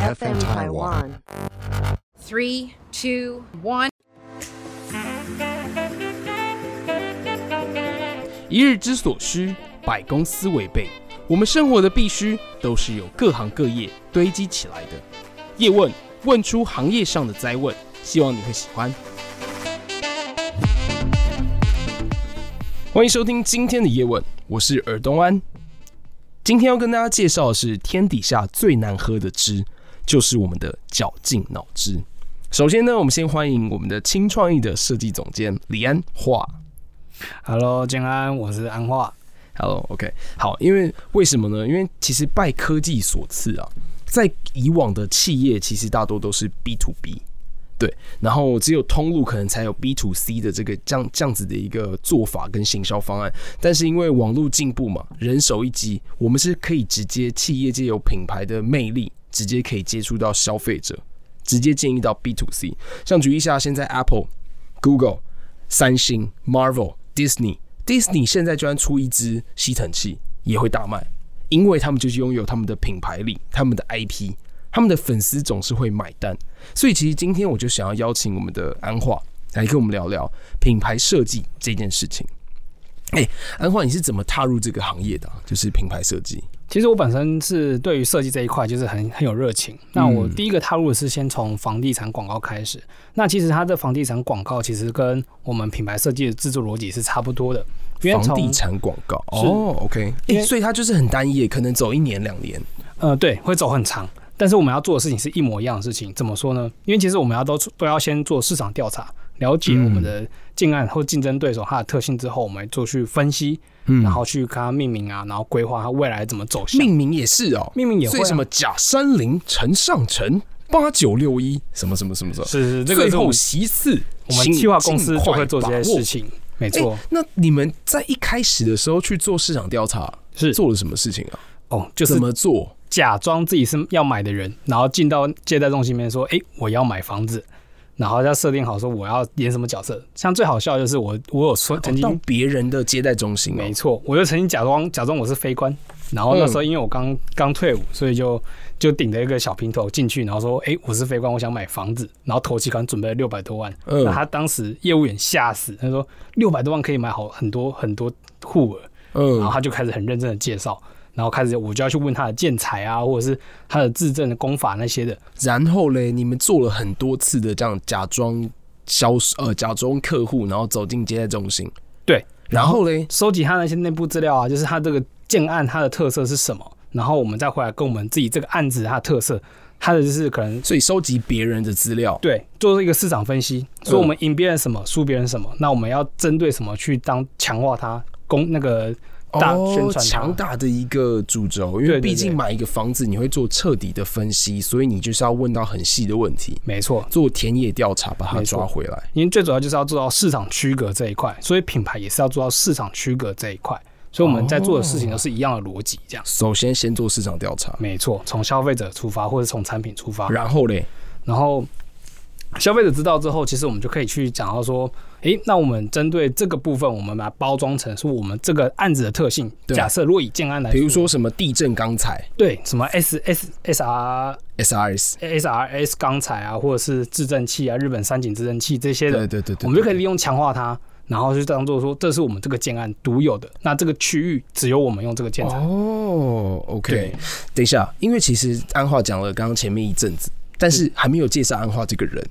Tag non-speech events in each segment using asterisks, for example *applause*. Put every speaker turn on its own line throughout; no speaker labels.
FM Taiwan.
Three, two, one.
一日之所需，百公司为备。我们生活的必须，都是由各行各业堆积起来的。叶问问出行业上的灾问，希望你会喜欢。欢迎收听今天的叶问，我是尔东安。今天要跟大家介绍的是天底下最难喝的汁，就是我们的绞尽脑汁。首先呢，我们先欢迎我们的轻创意的设计总监李安华。
Hello，建安，我是安化。
Hello，OK，、好，因为为什么呢？因为其实拜科技所赐啊，在以往的企业其实大多都是 B to B，对，然后只有通路可能才有 B to C 的这个这样这样子的一个做法跟行销方案。但是因为网络进步嘛，人手一机，我们是可以直接企业界有品牌的魅力，直接可以接触到消费者，直接建议到 B to C。像举例下，现在 Apple、Google、三星、Marvel、Disney、Disney 现在居然出一支吸尘器，也会大卖，因为他们就是拥有他们的品牌力、他们的 IP、他们的粉丝总是会买单。所以其实今天我就想要邀请我们的安化来跟我们聊聊品牌设计这件事情。哎、安化，你是怎么踏入这个行业的啊、就是品牌设计，
其实我本身是对于设计这一块就是很很有热情。那我
嗯
第一个踏入的是先从房地产广告开始。那其实它的房地产广告其实跟我们品牌设计的制作逻辑是差不多的，因为
房地
从
产广告
是
哦，OK，哎、
因为
所以它就是很单一，可能走一年两年，
呃对会走很长，但是我们要做的事情是一模一样的事情。怎么说呢？因为其实我们要都都要先做市场调查，了解我们
嗯
的近岸或竞争对手它的特性之后，我们做去分析，
嗯
然后去看它命名啊，然后规划它未来怎么走向。
命名也是哦，
命名也会、
所
啊、
以什么假山林陈上城八九六一什么什么什么什么，
是是，这个
最
是我
后
们
席次，
我们
请
计划公司
尽
就
快
会做这些
把握
事。情，没
哎、
错，
那你们在一开始的时候去做市场调查，
是
做了什么事情啊？
哦，就是
怎么做？
假装自己是要买的人，然后进到借贷中心里面说，哎、我要买房子，然后要设定好说我要演什么角色。像最好笑的就是我，我有说曾经、
到哦别人的接待中心、哦，
没错，我就曾经假装假装我是非官，然后那
嗯
时候因为我刚刚退伍，所以就就顶着一个小平头进去，然后说，哎、我是非官，我想买房子，然后头期款准备了六百多万，
嗯
那他当时业务员吓死，他说六百多万可以买好很多很多户额，然后
嗯，
他就开始很认真的介绍，然后开始我就要去问他的建材啊，或者是他的自证的功法那些的，
然后嘞，你们做了很多次的这样假装销售，呃，假装客户，然后走进接待中心，
对，
然后嘞，
收集他那些内部资料啊，就是他这个建案它的特色是什么，然后我们再回来跟我们自己这个案子它的特色，它的就是可能。
所以收集别人的资料，
对，做一个市场分析，所以
嗯
我们赢别人什么，输别人什么，那我们要针对什么去当强化它，攻那个大宣传
哦，
它
强大的一个主轴，因
对对对
为毕竟买一个房子，你会做彻底的分析，所以你就是要问到很细的问题，
没错，
做田野调查把它
没错
抓回来。
因为最主要就是要做到市场区隔这一块，所以品牌也是要做到市场区隔这一块，所以我们在做的事情都是一样的逻辑，这样、
首先先做市场调查，
没错，从消费者出发或者从产品出发，
然后嘞，
然后消费者知道之后，其实我们就可以去讲到说，诶，那我们针对这个部分，我们把它包装成是我们这个案子的特性。
对
假设如果以建案来，
比如说什么地震钢材
对什么 S S S R
SRS，
S R S 钢材啊，或者是制震器啊，日本三井制震器这些
对
的，
对对对，对
我们就可以利用强化它，然后就当做说这是我们这个建案独有的，那这个区域只有我们用这个建材。
哦，OK，
对
等一下，因为其实安化讲了刚刚前面一阵子，但
嗯
是还没有介绍安化这个人。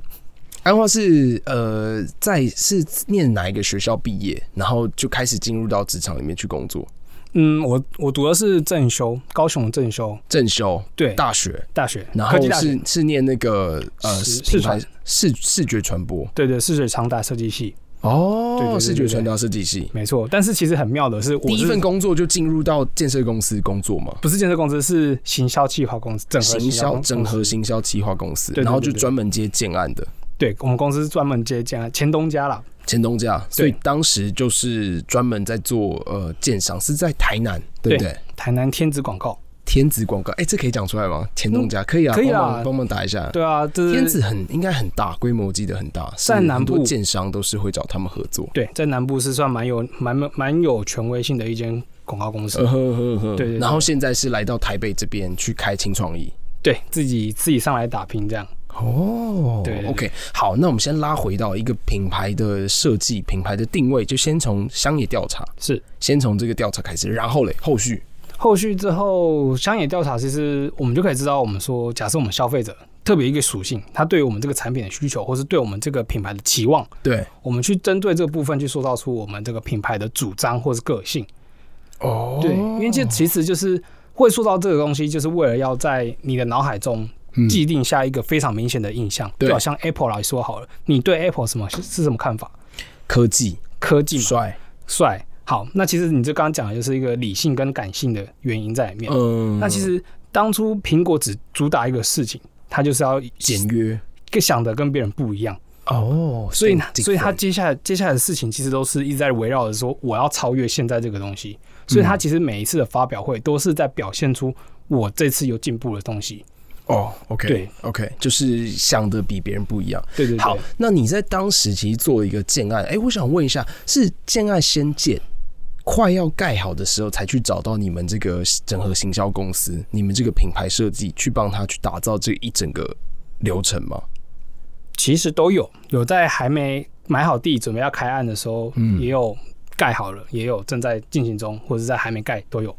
安化是呃，在是念哪一个学校毕业，然后就开始进入到职场里面去工作，
嗯，我我读的是正修，高雄的正修，
正修
对，
大学，
大学，
然
科
后
技大学
是是念那个呃
视
品牌
视
视视觉传播
对对，是水长达设计系，
哦
对对对
视觉
对
传达设计系。
没错。但是其实很妙的是，我
第一
是
份工作就进入到建设公司工作嘛，
不是建设公司，是行销企划公司，整合
行
销
销
公司
整合。行销企划公司，
对对对
然后就
对对
专门接建案的。
对我们公司是专门接家前东家啦，
前东家，所以
对
当时就是专门在做呃建商，是在台南，对不对？
台南天子广告。
天子广告，哎、这可以讲出来吗？前东家、可以啊，
可以啊
帮忙帮忙打一下。
对啊，这是
天子很应该很大，规模我记得很大，是
在南
很
部
多建商都是会找他们合作。
对，在南部是算蛮有蛮蛮有权威性的一间广告公司。
呃呵呵呵，
对对对
然后现在是来到台北这边去开青创意，
对自己自己上来打拼这样。
哦，
对对对
o k 好，那我们先拉回到一个品牌的设计、品牌的定位，就先从乡野调查，
是
先从这个调查开始，然后嘞，后续
后续之后乡野调查，其实我们就可以知道，我们说假设我们消费者特别一个属性，他对于我们这个产品的需求，或是对我们这个品牌的期望，
对，
我们去针对这个部分去塑造出我们这个品牌的主张或是个性。
哦
对，因为这其实就是会塑造这个东西，就是为了要在你的脑海中既定下一个非常明显的印象。
嗯对
就好像 Apple 来说好了，你对 Apple 什么是是什么看法？
科技
科技嘛，
帅，
帅。好，那其实你这刚刚讲的就是一个理性跟感性的原因在里面。
嗯，
那其实当初苹果只主打一个事情，它就是要
简约
想的跟别人不一样，
哦，
所以呢
think，different
所以它接下来接下来的事情其实都是一直在围绕着说我要超越现在这个东西，所以
嗯
它其实每一次的发表会都是在表现出我这次有进步的东西。
哦，OK，
对
，OK，就是想的比别人不一样。
对对对，
好，那你在当时其实做一个建案，哎、我想问一下，是建案先建，快要盖好的时候才去找到你们这个整合行销公司，你们这个品牌设计去帮他去打造这一整个流程吗？
其实都有有在还没买好地准备要开案的时候，
嗯
也有盖好了，也有正在进行中，或者是在还没盖都有。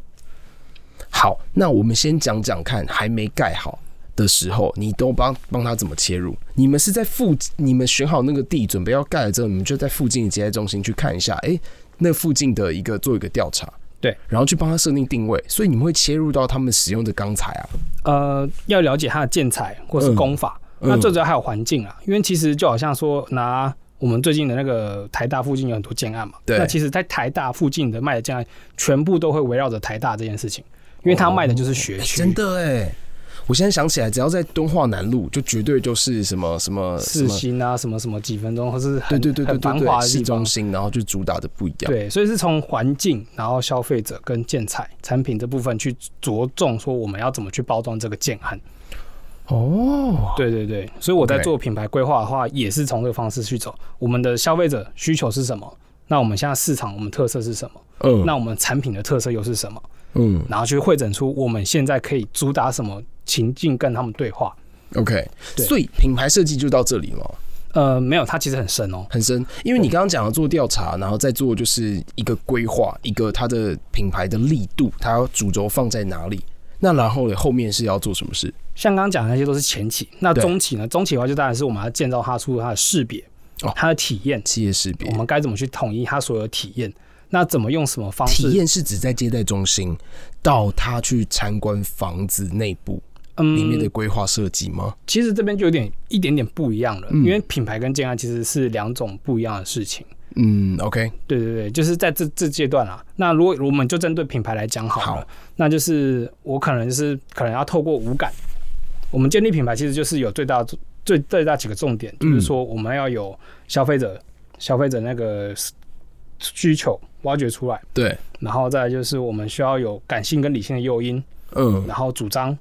好，那我们先讲讲看，还没盖好的时候，你都帮帮他怎么切入？你们是在附，你们选好那个地，准备要盖了之后，你们就在附近的接待中心去看一下，哎、那附近的一个做一个调查，
对，
然后去帮他设定定位，所以你们会切入到他们使用的钢材啊，
呃，要了解它的建材或是工法，
嗯
那最主要还有环境啊，因为其实就好像说拿。我们最近的那个台大附近有很多建案嘛，
对
那其实，在台大附近的卖的建案，全部都会围绕着台大这件事情，因为它卖的就是学
哎
区，
真的哎、我现在想起来，只要在敦化南路，就绝对就是什么什么什
四
么，
星啊，什么什么几分钟，或是
对
很
对对对
很繁
对
华
对，
的
市
地
中
方，
心，然后就主打的不一样，
对，所以是从环境，然后消费者跟建材产品这部分去着重说我们要怎么去包装这个建案，
哦，
对对对，所以我在
OK
做品牌规划的话，也是从这个方式去走。我们的消费者需求是什么？那我们现在市场我们特色是什么？
嗯，
那我们产品的特色又是什么？
嗯
然后去会诊出我们现在可以主打什么情境跟他们对话。
，OK，
对
所以品牌设计就到这里了。
呃，没有，它其实很深哦。
很深，因为你刚刚讲的做调查，然后再做就是一个规划，一个它的品牌的力度，它要主轴放在哪里。那然后呢，后面是要做什么事？
像刚刚讲的那些都是前期，那
对
中期呢？中期的话就当然是我们要建造它出它的识别
哦、
它的体验，
企业识别
我，们该怎么去统一它所有的体验？那怎么用什么方式？
体验是指在接待中心到他去参观房子内部
嗯
里面的规划设计吗？
其实这边就有点一点点不一样了，因为品牌跟建案其实是两种不一样的事情。
嗯，OK，
对对对，就是在这这阶段啊，那如果我们就针对品牌来讲好了，
好
那就是我可能是可能要透过五感，我们建立品牌其实就是有最大最最大几个重点，就是说我们要有消费者消费者那个需求挖掘出来，
对，
然后再来就是我们需要有感性跟理性的诱因，
嗯，
然后主张。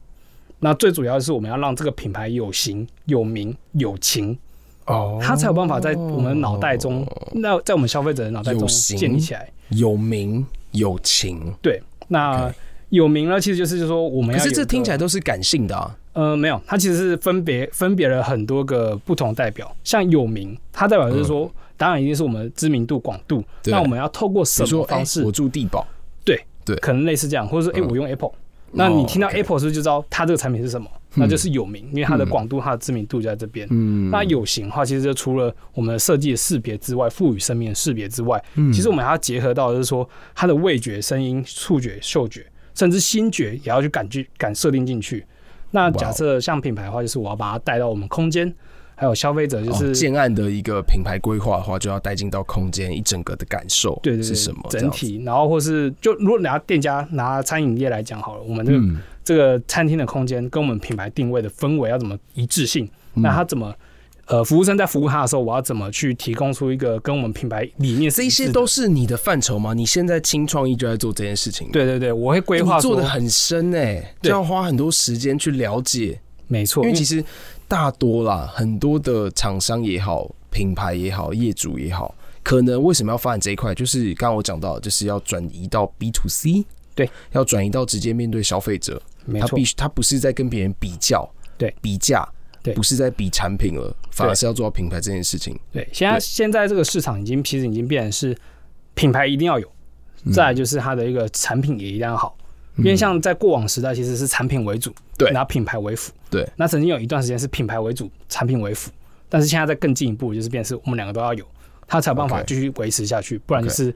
那最主要的是，我们要让这个品牌有形、有名、有情，
哦
它才有办法在我们脑袋中，那在我们消费者的脑袋中
有形
建立起来。
哦有名有情，
对，那有名呢，其实就是说我们
可
要有一
是
个。
这听起来都是感性的啊。
呃没有，它其实是分别分别了很多个不同代表。像有名，它代表就是说，当然一定是我们的知名度广度。
嗯对
那我们要透过什
你说
么，方
哎
式？
我住地堡，
对
对嗯哦
可能类似这样，或者是哎、我用 Apple。那你听到 Apple 是不是就知道它这个产品是什么？那就是有名，因为它的广度、它的知名度就在这边。
嗯，
那有形的话，其实就除了我们的设计的识别之外，赋予生命的识别之外，
嗯
其实我们还要结合到的是说它的味觉、声音、触觉、嗅觉，甚至心觉也要去感去感设定进去。那
哦
假设像品牌的话，就是我要把它带到我们空间，还有消费者就
哦、
是
建案的一个品牌规划的话，就要带进到空间一整个的感受，
对对对
是什么
整体，然后或是就如果拿店家拿餐饮业来讲好了，我们这个、
嗯
这个餐厅的空间跟我们品牌定位的氛围要怎么一致性？
嗯
那他怎么呃服务生在服务他的时候，我要怎么去提供出一个跟我们品牌理念是
这
一致
样子这些
的
都是你的范畴吗？你现在轻创意就在做这件事情，
对对对，我会
哎，
规
你
划
做
说
的很深哎、
对
就要花很多时间去了解，
没错，
因
因
为
为
其实大多啦，很多的厂商也好，品牌也好，业主也好。可能为什么要发展这一块？就是刚刚我讲到，就是要转移到 B to C，
对，
要转移到直接面对消费者，
没
他
错
必，须他不是在跟别人比较，
对，
比价，
对
不是在比产品了，反而
对
是要做到品牌这件事情。
对，现在
对
现在这个市场已经其实已经变成是品牌一定要有，
嗯
再来就是它的一个产品也一定要好，因为像在过往时代其实是产品为主，
对
拿品牌为辅，
对，
那曾经有一段时间是品牌为主，产品为辅，但是现在再更进一步就是变成是我们两个都要有，它才有办法
OK
继续维持下去，不然就是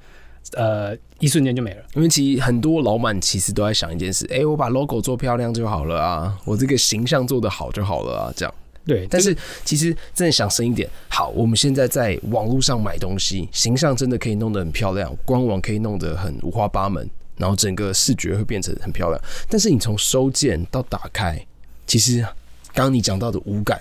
呃一瞬间就没了。
因为其实很多老板其实都在想一件事，哎、我把 logo 做漂亮就好了啊，我这个形象做得好就好了啊，这样。
对，
但是其实真的想深一点，好，我们现在在网络上买东西，形象真的可以弄得很漂亮，官网可以弄得很五花八门，然后整个视觉会变成很漂亮。但是你从收件到打开，其实刚刚你讲到的无感，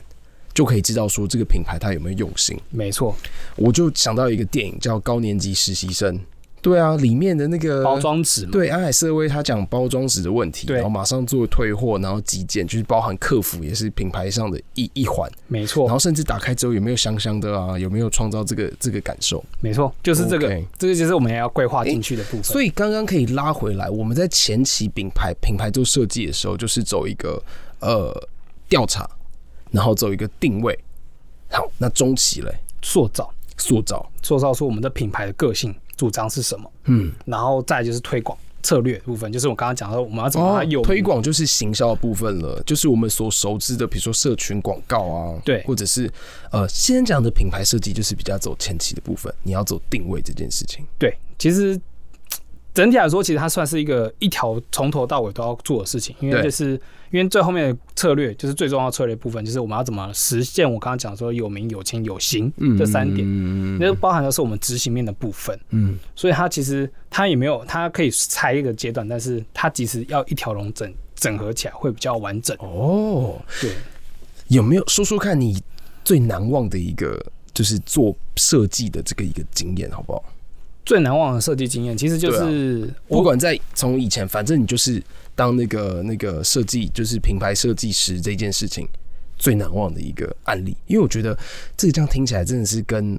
就可以知道说这个品牌它有没有用心。
没错，
我就想到一个电影叫《高年级实习生》，对啊，里面的那个
包装纸嘛，
对，安海瑟薇他讲包装纸的问题，
对
然后马上做退货，然后极简，就是包含客服也是品牌上的一一环，
没
然
错，
后甚至打开之后有没有香香的啊，有没有创造这个这个感受？
没错，就是这个
OK
这个就是我们也要规划进去的部分。
所以刚刚可以拉回来，我们在前期品牌品牌做设计的时候，就是走一个呃调查，然后走一个定位。好，那中期嘞，
塑造，
塑造，
塑造出我们的品牌的个性、主张是什么，
嗯，
然后再来就是推广策略部分，就是我刚刚讲到我们要怎么让
哦
它有、，
推。广就是行销的部分了，就是我们所熟知的，比如说社群广告啊，
对
或者是呃，先讲的品牌设计就是比较走前期的部分，你要走定位这件事情。
对，其实整体来说，其实它算是一个一条从头到尾都要做的事情，因为
对
就是因为最后面的策略就是最重要的策略部分，就是我们要怎么实现我刚刚讲说有名、有情、有形这三点，
嗯
那就包含的是我们执行面的部分。
嗯，
所以它其实它也没有，它可以拆一个阶段，但是它其实要一条龙整整合起来会比较完整。
哦，
对。
有没有说说看你最难忘的一个就是做设计的这个一个经验，好不好？
最难忘的设计经验，其实
啊
就是我
不管在从以前，反正你就是当那个那个设计，就是品牌设计师这件事情最难忘的一个案例，因为我觉得这个这样听起来真的是跟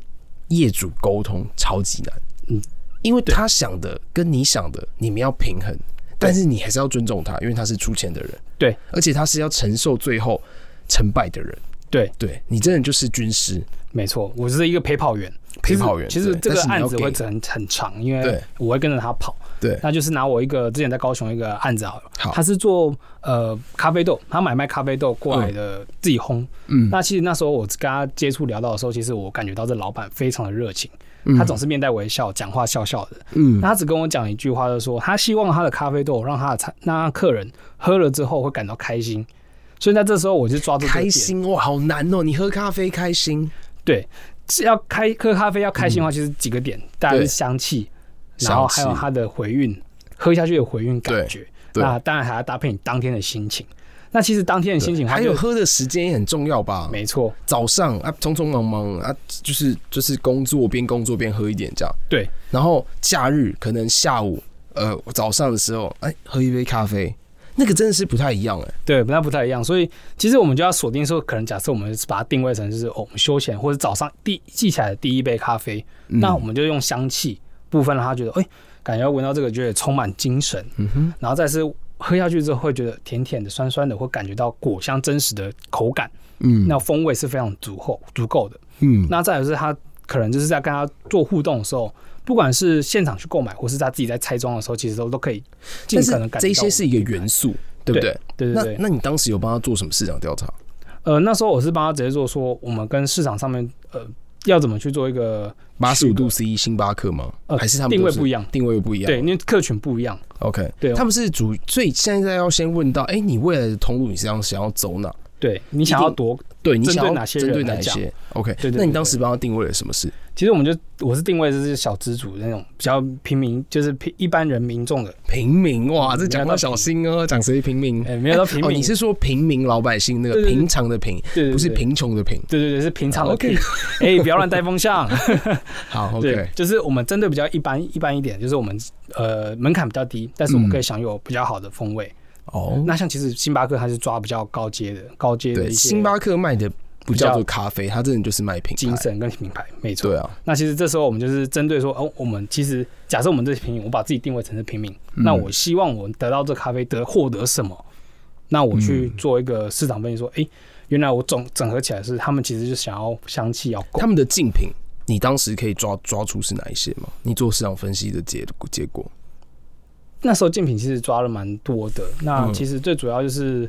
业主沟通超级难，
嗯，
因为他想的跟你想的，你们要平衡，但是你还是要尊重他，因为他是出钱的人，
对，
而且他是要承受最后成败的人，
对
对你真的就是军师
没错，我是一个陪跑员。
陪跑员，
其实其
对
实这
但
个
是你
案
要
子
给
会很很长，因为
对
我会跟着他跑。
对
那就是拿我一个之前在高雄一个案子好了，
好
他是做呃咖啡豆，他买卖咖啡豆过来的，自己烘。
嗯
那其实那时候我跟他接触聊到的时候，其实我感觉到这老板非常的热情，他总是面带微笑，讲话笑笑的。
嗯
那他只跟我讲一句话，就是说他希望他的咖啡豆让他的餐让他客人喝了之后会感到开心。所以在这时候我就抓住这个
开
点
心哇，好难哦，你喝咖啡开心，
对，是要开喝咖啡要开心的话，其实几个点，当然是香气，然后还有
嗯香气
它的回韵，喝下去的回韵感
对
觉。
对
那当然还要搭配你当天的心情。那其实当天的心情的话
还
就，
有喝的时间也很重要吧？
没错，
早上啊，匆匆忙忙啊，就是就是工作边工作边喝一点这样，
对
然后假日可能下午呃早上的时候，哎，喝一杯咖啡，那个真的是不太一样哎、
对，那不太一样。所以其实我们就要锁定说，可能假设我们是把它定位成就是、哦、我们休闲或者早上第记起来的第一杯咖啡，
嗯
那我们就用香气部分让他觉得，哎、感觉闻到这个觉得充满精神，
嗯哼，
然后再是喝下去之后会觉得甜甜的、酸酸的，会感觉到果香真实的口感。
嗯
那风味是非常足够足够的。
嗯
那再有是他可能就是在跟他做互动的时候，不管是现场去购买，或是他自己在拆装的时候，其实都都可以尽
但
可
是
能感
这
觉
一
到我
些
们
是一个元素，对不对？
对对对。
那那你当时有帮他做什么市场调查？
呃，那时候我是帮他直接做说，我们跟市场上面呃要怎么去做一个
八十五度 C 星巴克吗？
呃
还是他们
定
都
位
是
不一样。
定位不一样？
对，因为客群不一样，
，OK，
对啊哦
他们是主，所以现在要先问到，哎、你未来的通路你是要想要走哪？
对你想要多，
对你
针
想
对
要
哪些
针
人
对
来
哪
讲
些？OK，
对对对
那你
对嗯
当时帮他定位了什么事？
其实我们就我是定位就是小资主那种比较平民，就是平一般人民众的，
平民哇，
嗯
这讲话小心哦，讲谁平民？
哎、没有到平民，
哦，你是说平民老百姓那个
对对对
平常的平，
对对对
不是，贫穷的贫？
对对对，是平常的
啊，OK
平，哎、不要乱带风
*laughs*
向，
好
对
，OK，，
就是我们针对比较一般一般一点，就是我们呃门槛比较低，但是我
嗯
们可以享有比较好的风味。
哦，
那像其实星巴克它是抓比较高阶的，高阶的
对，
一些
星巴克卖的不叫做咖啡，它真的就是卖品
精
牌。
神跟品牌，没错。
对啊，
那其实这时候我们就是针对说，哦，我们其实假设我们这是平民，我把自己定位成是平民，
嗯
那我希望我得到这咖啡得获得什么？那我去
嗯
做一个市场分析，说，诶，原来我总整合起来是他们其实就想要香气要够
他，们的竞品，你当时可以抓抓出是哪一些吗？你做市场分析的结结果，
那时候竞品其实抓了蛮多的。那
嗯
其实最主要就是，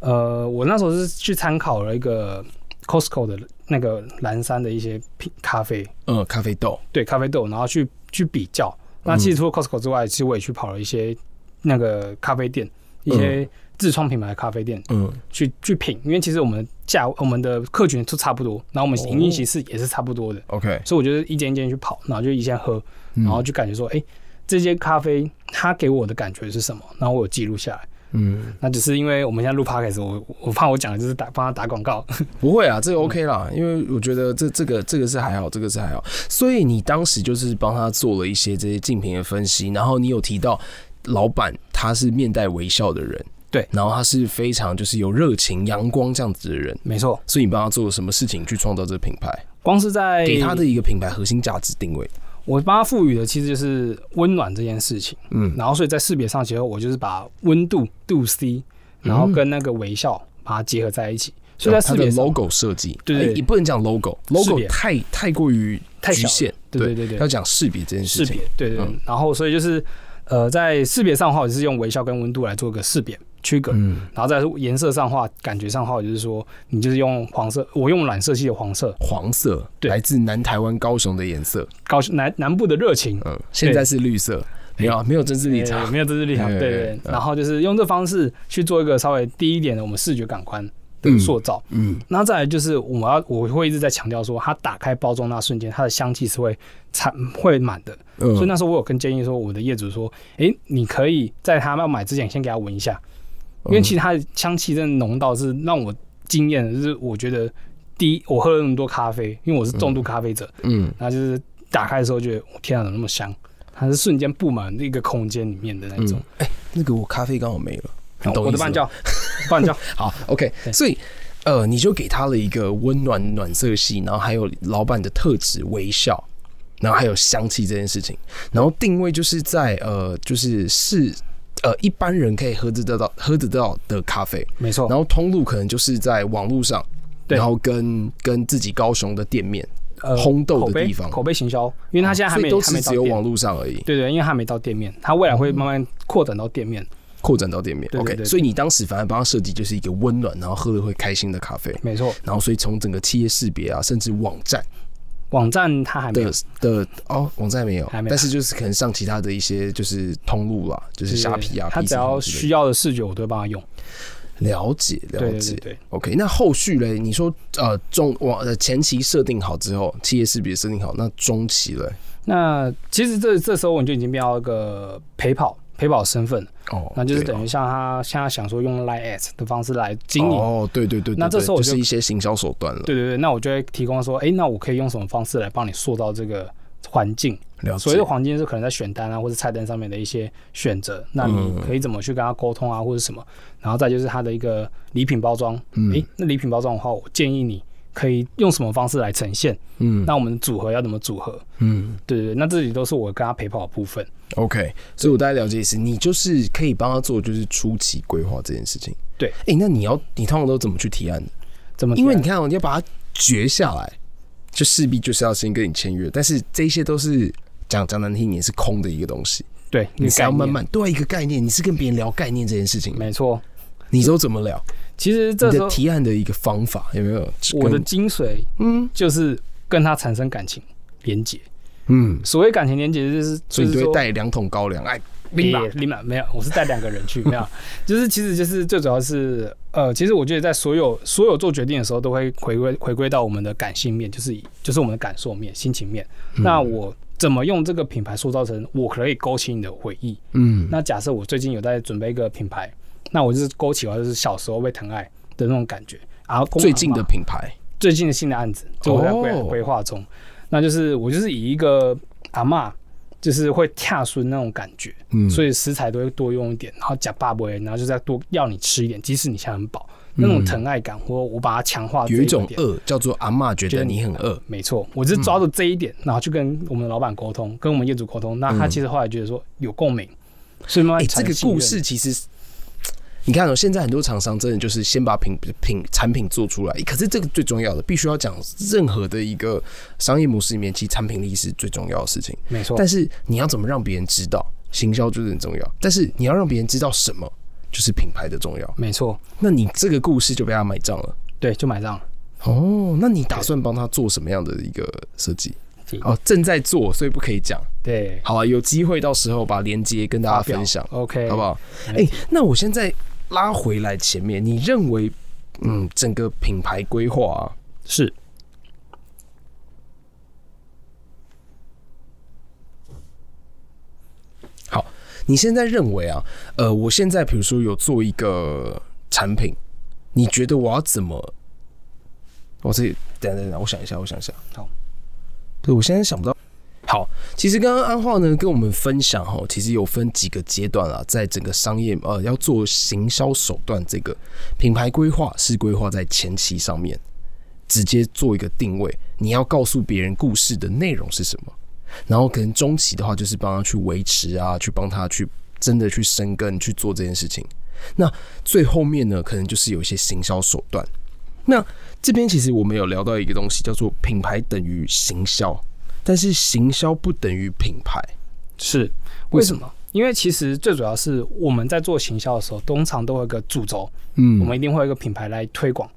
呃，我那时候是去参考了一个 Costco 的那个蓝山的一些品咖啡，
嗯，咖啡豆，
对咖啡豆，然后去去比较。那
嗯
其实除了 Costco 之外，其实我也去跑了一些那个咖啡店，一些自创品牌的咖啡店
嗯，
去去品，因为其实我们的价我们的客群都差不多，然后我们
哦
营运形式也是差不多的，
OK，
所以我就是一间一间去跑，然后就一间喝，
嗯
然后就感觉说，哎、这些咖啡它给我的感觉是什么？然后我有记录下来。
嗯，
那只是因为我们现在录 podcast，我我怕我讲的就是打帮他打广告， *laughs*
不会啊，这个 OK 啦，
嗯
因为我觉得这这个这个是还好，这个是还好。所以你当时就是帮他做了一些这些竞品的分析，然后你有提到老板他是面带微笑的人，
对
然后他是非常就是有热情、阳光这样子的人，
没错，
所以你帮他做了什么事情去创造这个品牌，
光是在
给他的一个品牌核心价值定位？
我帮他赋予的其实就是温暖这件事情。
嗯
然后所以在识别上，其实我就是把温度度 C，然后跟那个微笑把它结合在一起。所以在识
嗯哦它的
别上
logo 设计，
对对
哎也不能讲 logo，logo
识别
太太过于
太小
局
了
限，
对对对对
要讲识别这件事
识
情
别，，对对对。
嗯
然后所以就是呃，在识别上的话，我是用微笑跟温度来做一个识别区隔。
嗯，
然后在颜色上的话，感觉上的话，就是说你就是用黄色，我用染色系的黄色，
黄色，
对
来自南台湾高雄的颜色，
高南南部的热情。
嗯，现在是绿色，没有啊没有政治立
呃
场，
没有自制力场，
对
对
对
对
对嗯
然后就是用这方式去做一个稍微低一点的我们视觉感官的塑造。
嗯
那再来就是我们要我会一直在强调说，它打开包装那瞬间，它的香气是会产会满的。所以
嗯，
那时候我有跟建议说，我的业主说，诶，你可以在他要买之前先给他闻一下，
嗯
因为其实它的香气真的浓到是让我惊艳的，就是我觉得第一，我喝了那么多咖啡，因为我是重度咖啡者，
嗯，
然后就是打开的时候觉得，我天啊，怎么那么香？它是瞬间布满那个空间里面的那种。
那个我咖啡刚好没了，你嗯懂
我的
意思吗
半教，半教，
好，OK，
对
所以呃，你就给他了一个温暖暖色系，然后还有老板的特质微笑，然后还有香气这件事情，然后定位就是在呃，就是是呃一般人可以喝得到喝得到的咖啡，
没错。
*laughs* 然后通路可能就是在网络上。
哦对
然后跟跟自己高雄的店面，
呃
烘豆的
口碑
地方嗯
口碑行销，因为它现在还
所
没
以都
还
是
没
只有
到店
网络上而已，
对对，因为它还没到店面，它未来
哦
会慢慢扩展到店面。
扩展到店面。
对对
OK，
对
所以你当时反而帮他设计就是一个温暖，然后喝了会开心的咖啡。
没错，
然后所以从整个企业识别啊，甚至网站
网站它还没有
的，的哦，网站没有，
还没有
但是就是可能上其他的一些就是通路啦，就是
对对
虾
对
皮啊，
它
PC
只要
之类的
需要的视觉，我都会帮他用。
了解了
对对
解
对对，
OK，那后续嘞，你说呃中网呃前期设定好之后，企业识别设定好，那中期嘞
那其实这这时候我就已经变到一个陪跑陪跑身份了，
哦，
那就是
对
等于像他现在想说用 Line at 的方式来经营。
哦，对对对，对
那这
对
时候我
就
就是
一些行销手段了，
对对对，那我就会提供说，哎，那我可以用什么方式来帮你塑造这个环境？
了
所
解
谓的。黄金是可能在选单啊，或者菜单上面的一些选择，那
嗯
你可以怎么去跟他沟通啊，或者什么？然后再就是它的一个礼品包装，
嗯
诶，那礼品包装的话，我建议你可以用什么方式来呈现？
嗯
那我们组合要怎么组合？
嗯
对对对，那这里都是我跟他陪跑的部分。
，OK，所以我大概了解意思，你就是可以帮他做就是初期规划这件事情。
对
哎、那你要你通常都怎么去提案的？
怎么提
因
案？
为你看、哦，你要把它决下来，就势必就是要先跟你签约，但是这些都是讲讲难听，也是空的一个东西，
对
你是要慢，
一个概
慢对啊一个概念，你是跟别人聊概念这件事情
念
吗，
没错。
你都怎么聊？
其实
你
这时
的
候
提案的一个方法有没有？
我的
跟
精髓
嗯
就是跟他产生感情连接。
嗯，
所谓感情连接，就是
所以
就
你都
是
会
说
带两桶高粱，哎，拎吧
也，立马没有，我是带两个人
*laughs*
去，没有，就是其实就是最主要是呃，其实我觉得在所有所有做决定的时候，都会回归回归到我们的感性面，就是以就是我们的感受面、心情面。
嗯
那我怎么用这个品牌塑造成我可以勾起你的回忆？
嗯
那假设我最近有在准备一个品牌，那我就是勾起我就是小时候被疼爱的那种感觉。然后
最近的品牌，
最近的新的案子，就我在规
哦
规划中，那就是我就是以一个阿嬷就是会跳顺那种感觉，
嗯
所以食材都会多用一点，然后假爸不会，然后就再多要你吃一点，即使你现在很饱，那种疼爱感或我把它强化啊这
嗯有一种
点
饿叫做阿嬷觉
觉
得
得
你很饿，嗯
没错，我是抓住这一点，然后去跟我们的老板沟通，跟我们业主沟通。那他其实后来觉得说有共鸣，所以慢
哎、
慢
嗯这
产
个
生信任、
故事其实，你看哦、现在很多厂商真的就是先把品品产品做出来，可是这个最重要的，必须要讲任何的一个商业模式里面，其实产品力是最重要的事情。
没错
但，是你要怎么让别人知道，行销就是很重要。但是你要让别人知道什么，就是品牌的重要。
没错，
那你这个故事就被他买账了。
对，就买账了。
哦，那你打算帮他做什么样的一个设计？
对
哦，正在做，所以不可以讲。
对，
好啊，有机会到时候把链接跟大家分享。
OK，
好不
好？
好？哎、
没问
那我现在拉回来前面，你认为，嗯，整个品牌规划、啊，
是
你现在认为啊，呃，我现在比如说有做一个产品，你觉得我要怎么？我自己等等等，我想一下，我想一下。
好，
对我现在想不到。好，其实刚刚安化呢跟我们分享哈，其实有分几个阶段啊，在整个商业呃要做行销手段，这个品牌规划是规划在前期上面，直接做一个定位，你要告诉别人故事的内容是什么。然后可能中期的话，就是帮他去维持啊，去帮他去真的去生根去做这件事情。那最后面呢，可能就是有一些行销手段。那这边其实我们有聊到一个东西，叫做品牌等于行销，但是行销不等于品牌。
是，
为
为
什
什么？因为其实最主要是我们在做行销的时候，通常都有一个主轴，
嗯
我们一定会有一个品牌来推广。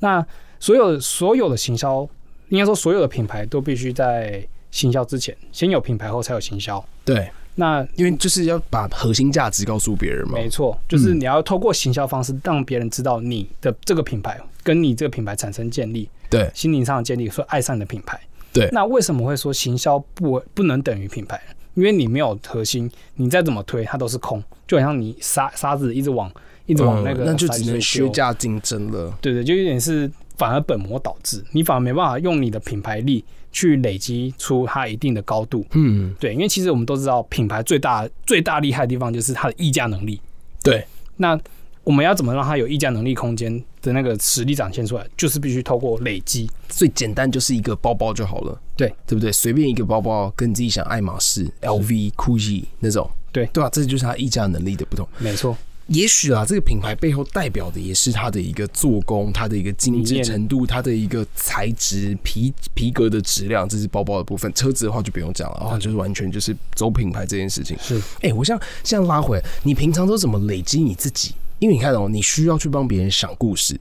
那所有所有的行销，应该说所有的品牌都必须在行销之前，先有品牌后才有行销。
对，
那
因为就是要把核心价值告诉别人嘛。
没错，就是你要透过行销方式让别人知道你的这个品牌，跟你这个品牌产生建立，
对
心灵上的建立，说爱上你的品牌。
对
那为什么会说行销不不能等于品牌？因为你没有核心，你再怎么推它都是空，就好像你沙沙子一直往一直往那个、
嗯那就只能削。价竞争了。
对对，就有点是反而本末倒置，你反而没办法用你的品牌力去累积出它一定的高度。
嗯，
对，因为其实我们都知道，品牌最大最大厉害的地方就是它的溢价能力。
对，
那我们要怎么让它有溢价能力空间的那个实力展现出来，就是必须透过累积。
最简单就是一个包包就好了，
对
对不对？随便一个包包，跟你自己想爱马仕、LV、GUCCI 那种，
对
对吧、啊这就是它溢价能力的不同。
没错，
也许啊，这个品牌背后代表的也是它的一个做工、它的一个精致
理念
程度、它的一个材质、皮皮革的质量，这是包包的部分。车子的话就不用讲了啊、
嗯
就是完全就是走品牌这件事情。
是
哎、我像这样拉回来，你平常都怎么累积你自己？因为你看哦，你需要去帮别人想故事，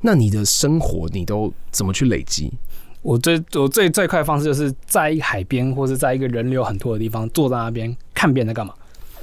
那你的生活你都怎么去累积？
我最我最最快的方式就是在海边或是在一个人流很多的地方坐在那边看别人在干嘛。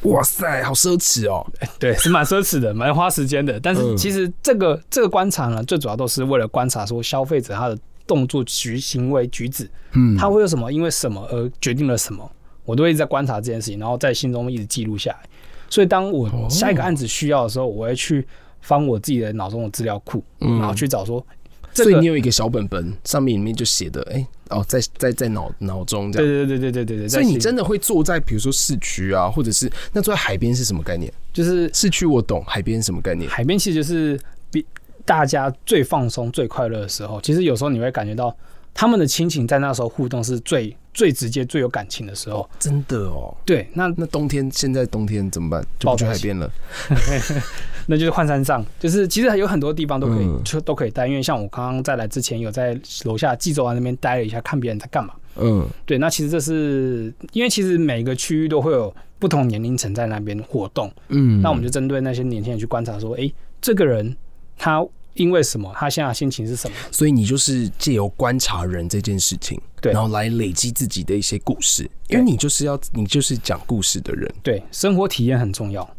哇塞，好奢侈哦！
对，是蛮奢侈的，蛮花时间的。但
嗯
是其实这个、这个观察呢，最主要都是为了观察说消费者他的动作、举行为、举止，
嗯
他会有什么，因为什么而决定了什么，我都会一直在观察这件事情，然后在心中一直记录下来。所以当
哦
我下一个案子需要的时候，我会去翻我自己的脑中的资料库，
嗯
然后去找说这
所以
个
你。有一个小本本，上面里面就写的，哎、哦，在在在脑脑中这
对
样。
对对对对对对，
所以你真
的
的会坐在比如说市区啊，或者是那坐在海边是什么概念？
就是
市区我懂，海边是什么概念？
海边其实就是比大家最放松、最快乐的时候。其实有时候你会感觉到他们的亲情在那时候互动是最最直接、最有感情的时候。
真的哦。
对，那
那冬天现在冬天怎么办？就不去海边了。
那就是换山上，就是其实有很多地方都可以、
嗯
就都可以待，因为像我刚刚在来之前有在楼下济州湾那边待了一下，看别人在干嘛。
嗯，
对，那其实这是因为其实每个区域都会有不同年龄层在那边活动，
嗯
那我们就针对那些年轻人去观察，说，诶，这个人他因为什么，他现在的心情是什么？
所以你就是借由观察人这件事情，
对
然后来累积自己的一些故事，因为
对
你就是要你就是讲故事的人，
对，生活体验很重
*laughs*
要。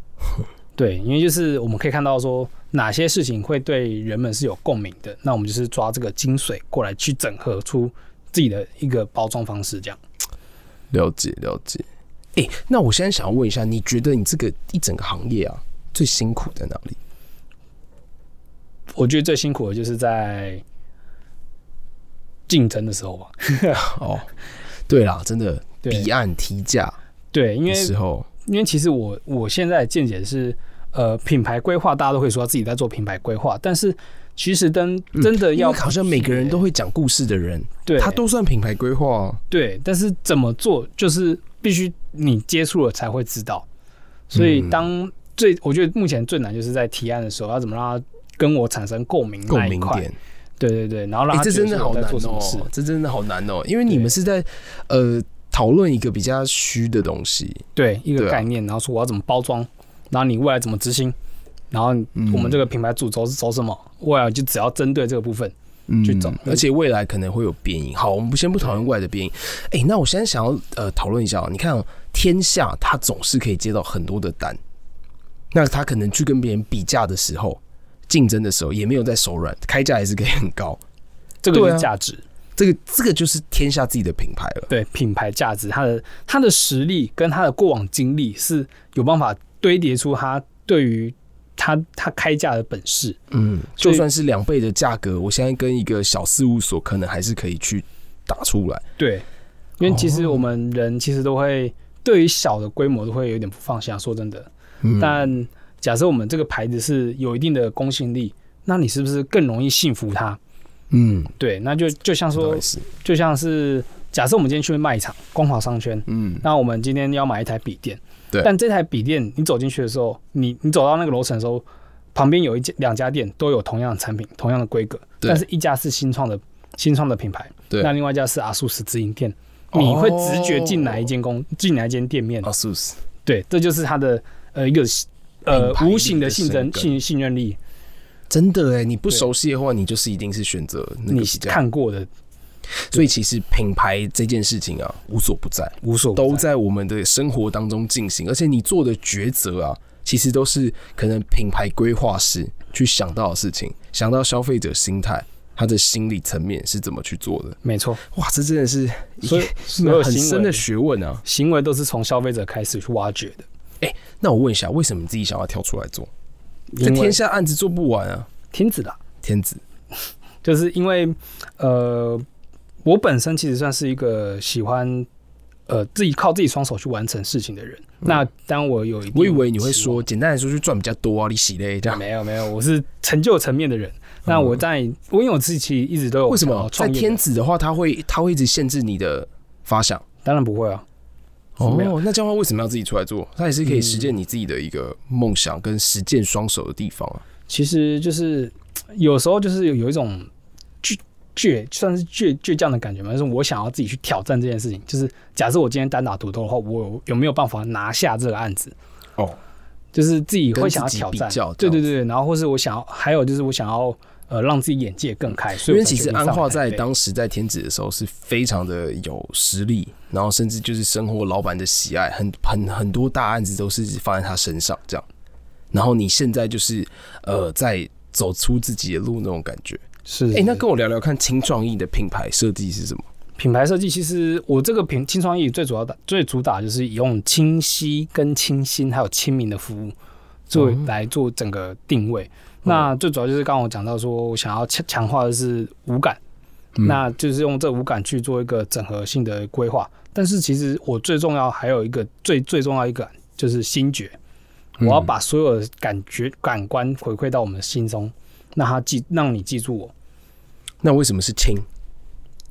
对，因为就是我们可以看到说哪些事情会对人们是有共鸣的，那我们就是抓这个精髓过来去整合出自己的一个包装方式，这样。
了解了解。哎、那我现在想要问一下，你觉得你这个一整个行业啊，最辛苦在哪里？
我觉得最辛苦的就是在竞争的时候吧。
哦，对啦，真的
对
彼岸提价，
对，因为
的时候，
因为其实我我现在的见解是，呃，品牌规划大家都会说自己在做品牌规划，但是其实真真的
嗯因
要、
为好像每个人都会讲故事的人，
对，
他都算品牌规划啊。
对，但是怎么做就是必须你接触了才会知道。所以
嗯
当最我觉得目前最难就是在提案的时候，要怎么让他跟我产生共鸣
共
那一
鸣
块。
点，
对对对，然后让
哎、
他
这
觉得
真的
说
好
我在
难
做什么事。
哦，这真的好难哦，因为你们
对
是在呃讨论一个比较虚的东西，
对一
对
个
啊
概念，然后说我要怎么包装，然后你未来怎么执行，然后
嗯
我们这个品牌主轴是走什么，未来就只要针对这个部分。
嗯
去找
而且未来可能会有变音。好，我们先不讨论未来的变音。哎、那我现在想要呃讨论一下、哦，你看、哦、天下他总是可以接到很多的单，那他可能去跟别人比价的时候。竞争的时候也没有在手软，开价还是可以很高。
这个就
对啊
是价值，
这个这个就是天下自己的品牌了。
对品牌价值，他的他的实力跟他的过往经历是有办法堆叠出他对于他他开价的本事。
嗯，
所
就
以
算是两倍的价格，我现在跟一个小事务所可能还是可以去打出来。
对，因为其实
哦
我们人其实都会对于小的规模都会有点不放下，说真的。
嗯
但假设我们这个牌子是有一定的公信力，那你是不是更容易信服他？
嗯，
对，那就就像
说
说，就像是假设我们今天去卖场光华商圈，
嗯
那我们今天要买一台笔电，
对
但这台笔电你走进去的时候，你你走到那个楼层的时候，旁边有一家两家店都有同样的产品，同样的规格，
对
但是一家是新创的新创的品牌，
对
那另外一家是阿苏斯直营店，
哦
你会直觉进哪一间公、进哪一间店面？
，ASUS，
对，这就是它的呃一个呃
品牌力的
无形的竞
生
争
根
信信任力，
真的哎，你不
对
熟悉的话，你就是一定是选择那
你
个比较。
看过的
所以其实品牌这件事情啊，无所不在，
无所不
都在我们的生活当中进行，而且你做的抉择啊，其实都是可能品牌规划师去想到的事情，想到消费者心态。他的心理层面是怎么去做的？
没错，
哇，这真的是
所以所有
很
行
深
为
的学问啊！
行为都是从消费者开始去挖掘的。
那我问一下，为什么你自己想要跳出来做？这
因为
天下案子做不完啊，
停止了。
天子。
就是因为呃，我本身其实算是一个喜欢呃自己靠自己双手去完成事情的人。那当我有一定的
嗯我以为你会
期望
说，简单来说就赚比较多啊，你洗嘞这样。嗯
没有没有，我是成就层面的人。那我在我因为我自己其实一直都有
为什
想
么
要
在
创业的
天子的话，他会他会一直限制你的发想？
当然不会啊，
哦
没有，
那这样的话为什么要自己出来做？他也是可以
嗯
实践你自己的一个梦想跟实践双手的地方啊。
其实就是有时候就是有有一种倔倔，算是倔倔强的感觉嘛。就是我想要自己去挑战这件事情。就是假设我今天单打独斗的话，我有有没有办法拿下这个案子？
哦，
就是自己会想要
跟自己
挑
比
战
较，
对
这
对对，
样
对然后或是我想要，还有就是我想要呃让自己眼界更开，所
因
以
为
我才
其实
决定
安
上
化
来
在
对
当时在天子的时候是非常的有实力，然后甚至就是生活老板的喜爱，很很很多大案子都是放在他身上这样。然后你现在就是呃，在走出自己的路那种感觉。
是
哎、
哎，
那
那
跟我聊聊看轻创意的品牌设计是什么？
品牌设计其实我这个品轻创意最主要的最主打就是用清晰跟清新还有亲民的服务做
哦
来做整个定位。那最主要就是刚刚我讲到说，我想要强强化的是五感，
嗯
那就是用这五感去做一个整合性的规划。但是其实我最重要还有一个最最重要一个就是心觉，我要把所有的感觉感官回馈到我们的心中，让他记让你记住我，
那为什么是轻？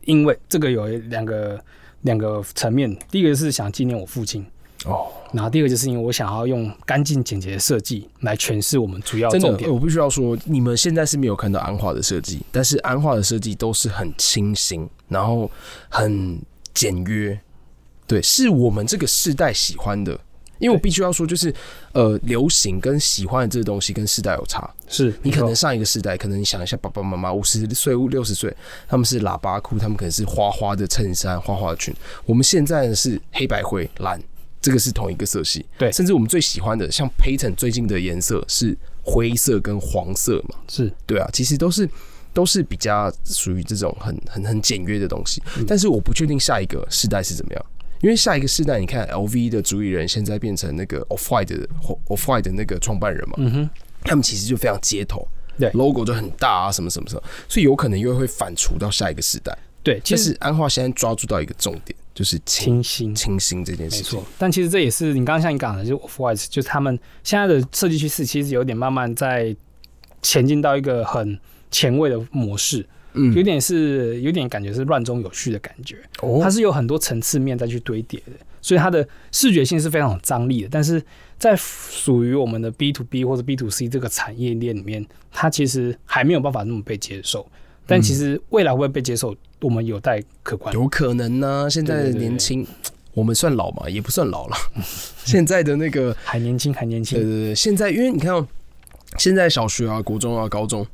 因为这个有两个两个层面，第一个是想纪念我父亲。
哦，
然后第二个就是因为我想要用干净简洁的设计来诠释我们主要
真的
重，点
呃，我必须要说，你们现在是没有看到安化的设计，但是安化的设计都是很清新，然后很简约，对，是我们这个世代喜欢的。因为我
对
必须要说，就是呃，流行跟喜欢的这个东西跟世代有差。
是
你可能
没错
上一个世代，可能你想一下爸爸妈妈五十岁、六十岁，他们是喇叭裤，他们可能是花花的衬衫、花花的裙。我们现在呢是黑白灰蓝，这个是同一个色系。
对
甚至我们最喜欢的，像 Payton 最近的颜色是灰色跟黄色嘛？
是
对啊，其实都是都是比较属于这种很很很简约的东西。
嗯
但是我不确定下一个世代是怎么样。因为下一个世代，你看 LV 的主理人现在变成那个 Off White 的 Off White 的那个创办人嘛，
嗯哼
他们其实就非常街头，
对
logo 就很大啊，什么什么什么，所以有可能又会反刍到下一个时代。
对，其
其
实
实安化现在抓住到一个重点，就是清
清新，
清新这件事
没
情
错。。但其实这也是你刚刚像你讲的，就是 Off White，就是他们现在的设计趋势，其实有点慢慢在前进到一个很前卫的模式，
嗯
有点是有点感觉是乱中有序的感觉。它
哦，
是有很多层次面再去堆叠的，所以它的视觉性是非常有张力的。但是在属于我们的 B to B 或者 B to C 这个产业链里面，它其实还没有办法那么被接受。但其实未来会被接受，我们有待可观。
嗯有可能呢、现在的
对对对
年轻，我们算老嘛，也不算老了。 *laughs* 现在的那个，
还年轻，还年
对
轻
对，对，现在因为你看、哦，现在小学啊、国中啊、高中。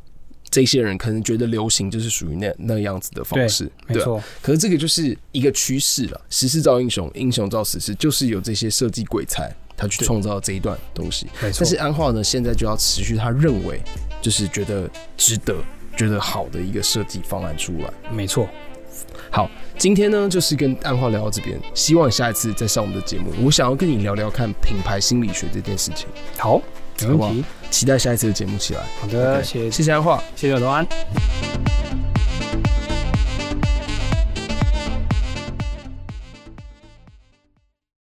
这些人可能觉得流行就是属于那那样子的方
对
式，
没
对啊
错，
可是这个就是一个趋势了，时势造英雄，英雄造时势，就是有这些设计鬼才他去
对
创造这一段东西。
没错。
但是安化呢，现在就要持续他认为就是觉得值得、觉得好的一个设计方案出来。
没错，
今天呢，就是跟安化聊到这边，希望下一次再上我们的节目，我想要跟你聊聊看品牌心理学这件事情，
好，没
好不
问
好
题。
期待下一次的节目起来。
好的，
OK，
谢谢，
谢谢安化。
谢谢罗安。